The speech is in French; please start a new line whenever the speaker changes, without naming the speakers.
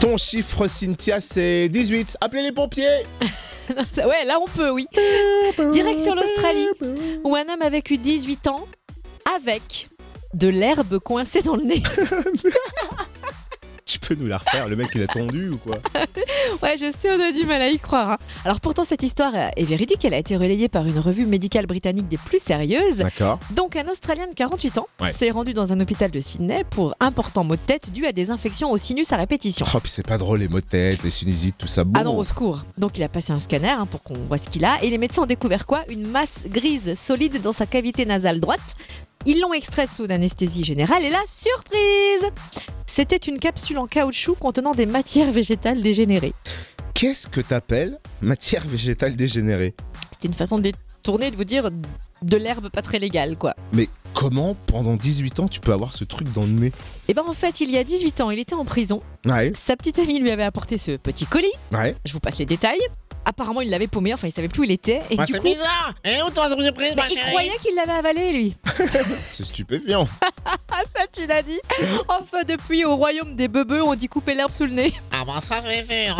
Ton chiffre, Cynthia, c'est 18. Appelez les pompiers
Non, ça- ouais, là on peut, oui. Direction l'Australie, où un homme a vécu 18 ans avec de l'herbe coincée dans le nez.
Tu peux nous la refaire Le mec, il a tendu ou quoi
Ouais, je sais, on a du mal à y croire. hein. Alors pourtant, cette histoire est véridique. Elle a été relayée par une revue médicale britannique des plus sérieuses.
D'accord.
Donc, un Australien de 48 ans
Ouais.
s'est rendu dans un hôpital de Sydney pour important maux de tête dû à des infections au sinus à répétition.
Oh, puis c'est pas drôle, les maux de tête, les sinusites, tout ça. Bon.
Ah non, au secours. Donc il a passé un scanner hein, pour qu'on voit ce qu'il a. Et les médecins ont découvert quoi Une masse grise solide dans sa cavité nasale droite. Ils l'ont extraite sous anesthésie générale. Et là, surprise C'était une capsule en caoutchouc contenant des matières végétales dégénérées.
Qu'est-ce que t'appelles matière végétale dégénérée
C'était une façon de détourner, de vous dire de l'herbe pas très légale, quoi.
Mais comment, pendant 18 ans, tu peux avoir ce truc dans le nez
Et ben en fait, il y a 18 ans, il était en prison.
Ouais,
Sa petite amie lui avait apporté ce petit colis.
ouais.
Je vous passe les détails. Apparemment, il l'avait paumé, enfin, il savait plus où il était. Et du coup,
bizarre Et où ton surprise,
bah, il croyait qu'il l'avait avalé, lui.
C'est stupéfiant.
Ah ça tu l'as dit Enfin depuis au royaume des beubeux on dit couper l'herbe sous le nez
Ah bah ça fait faire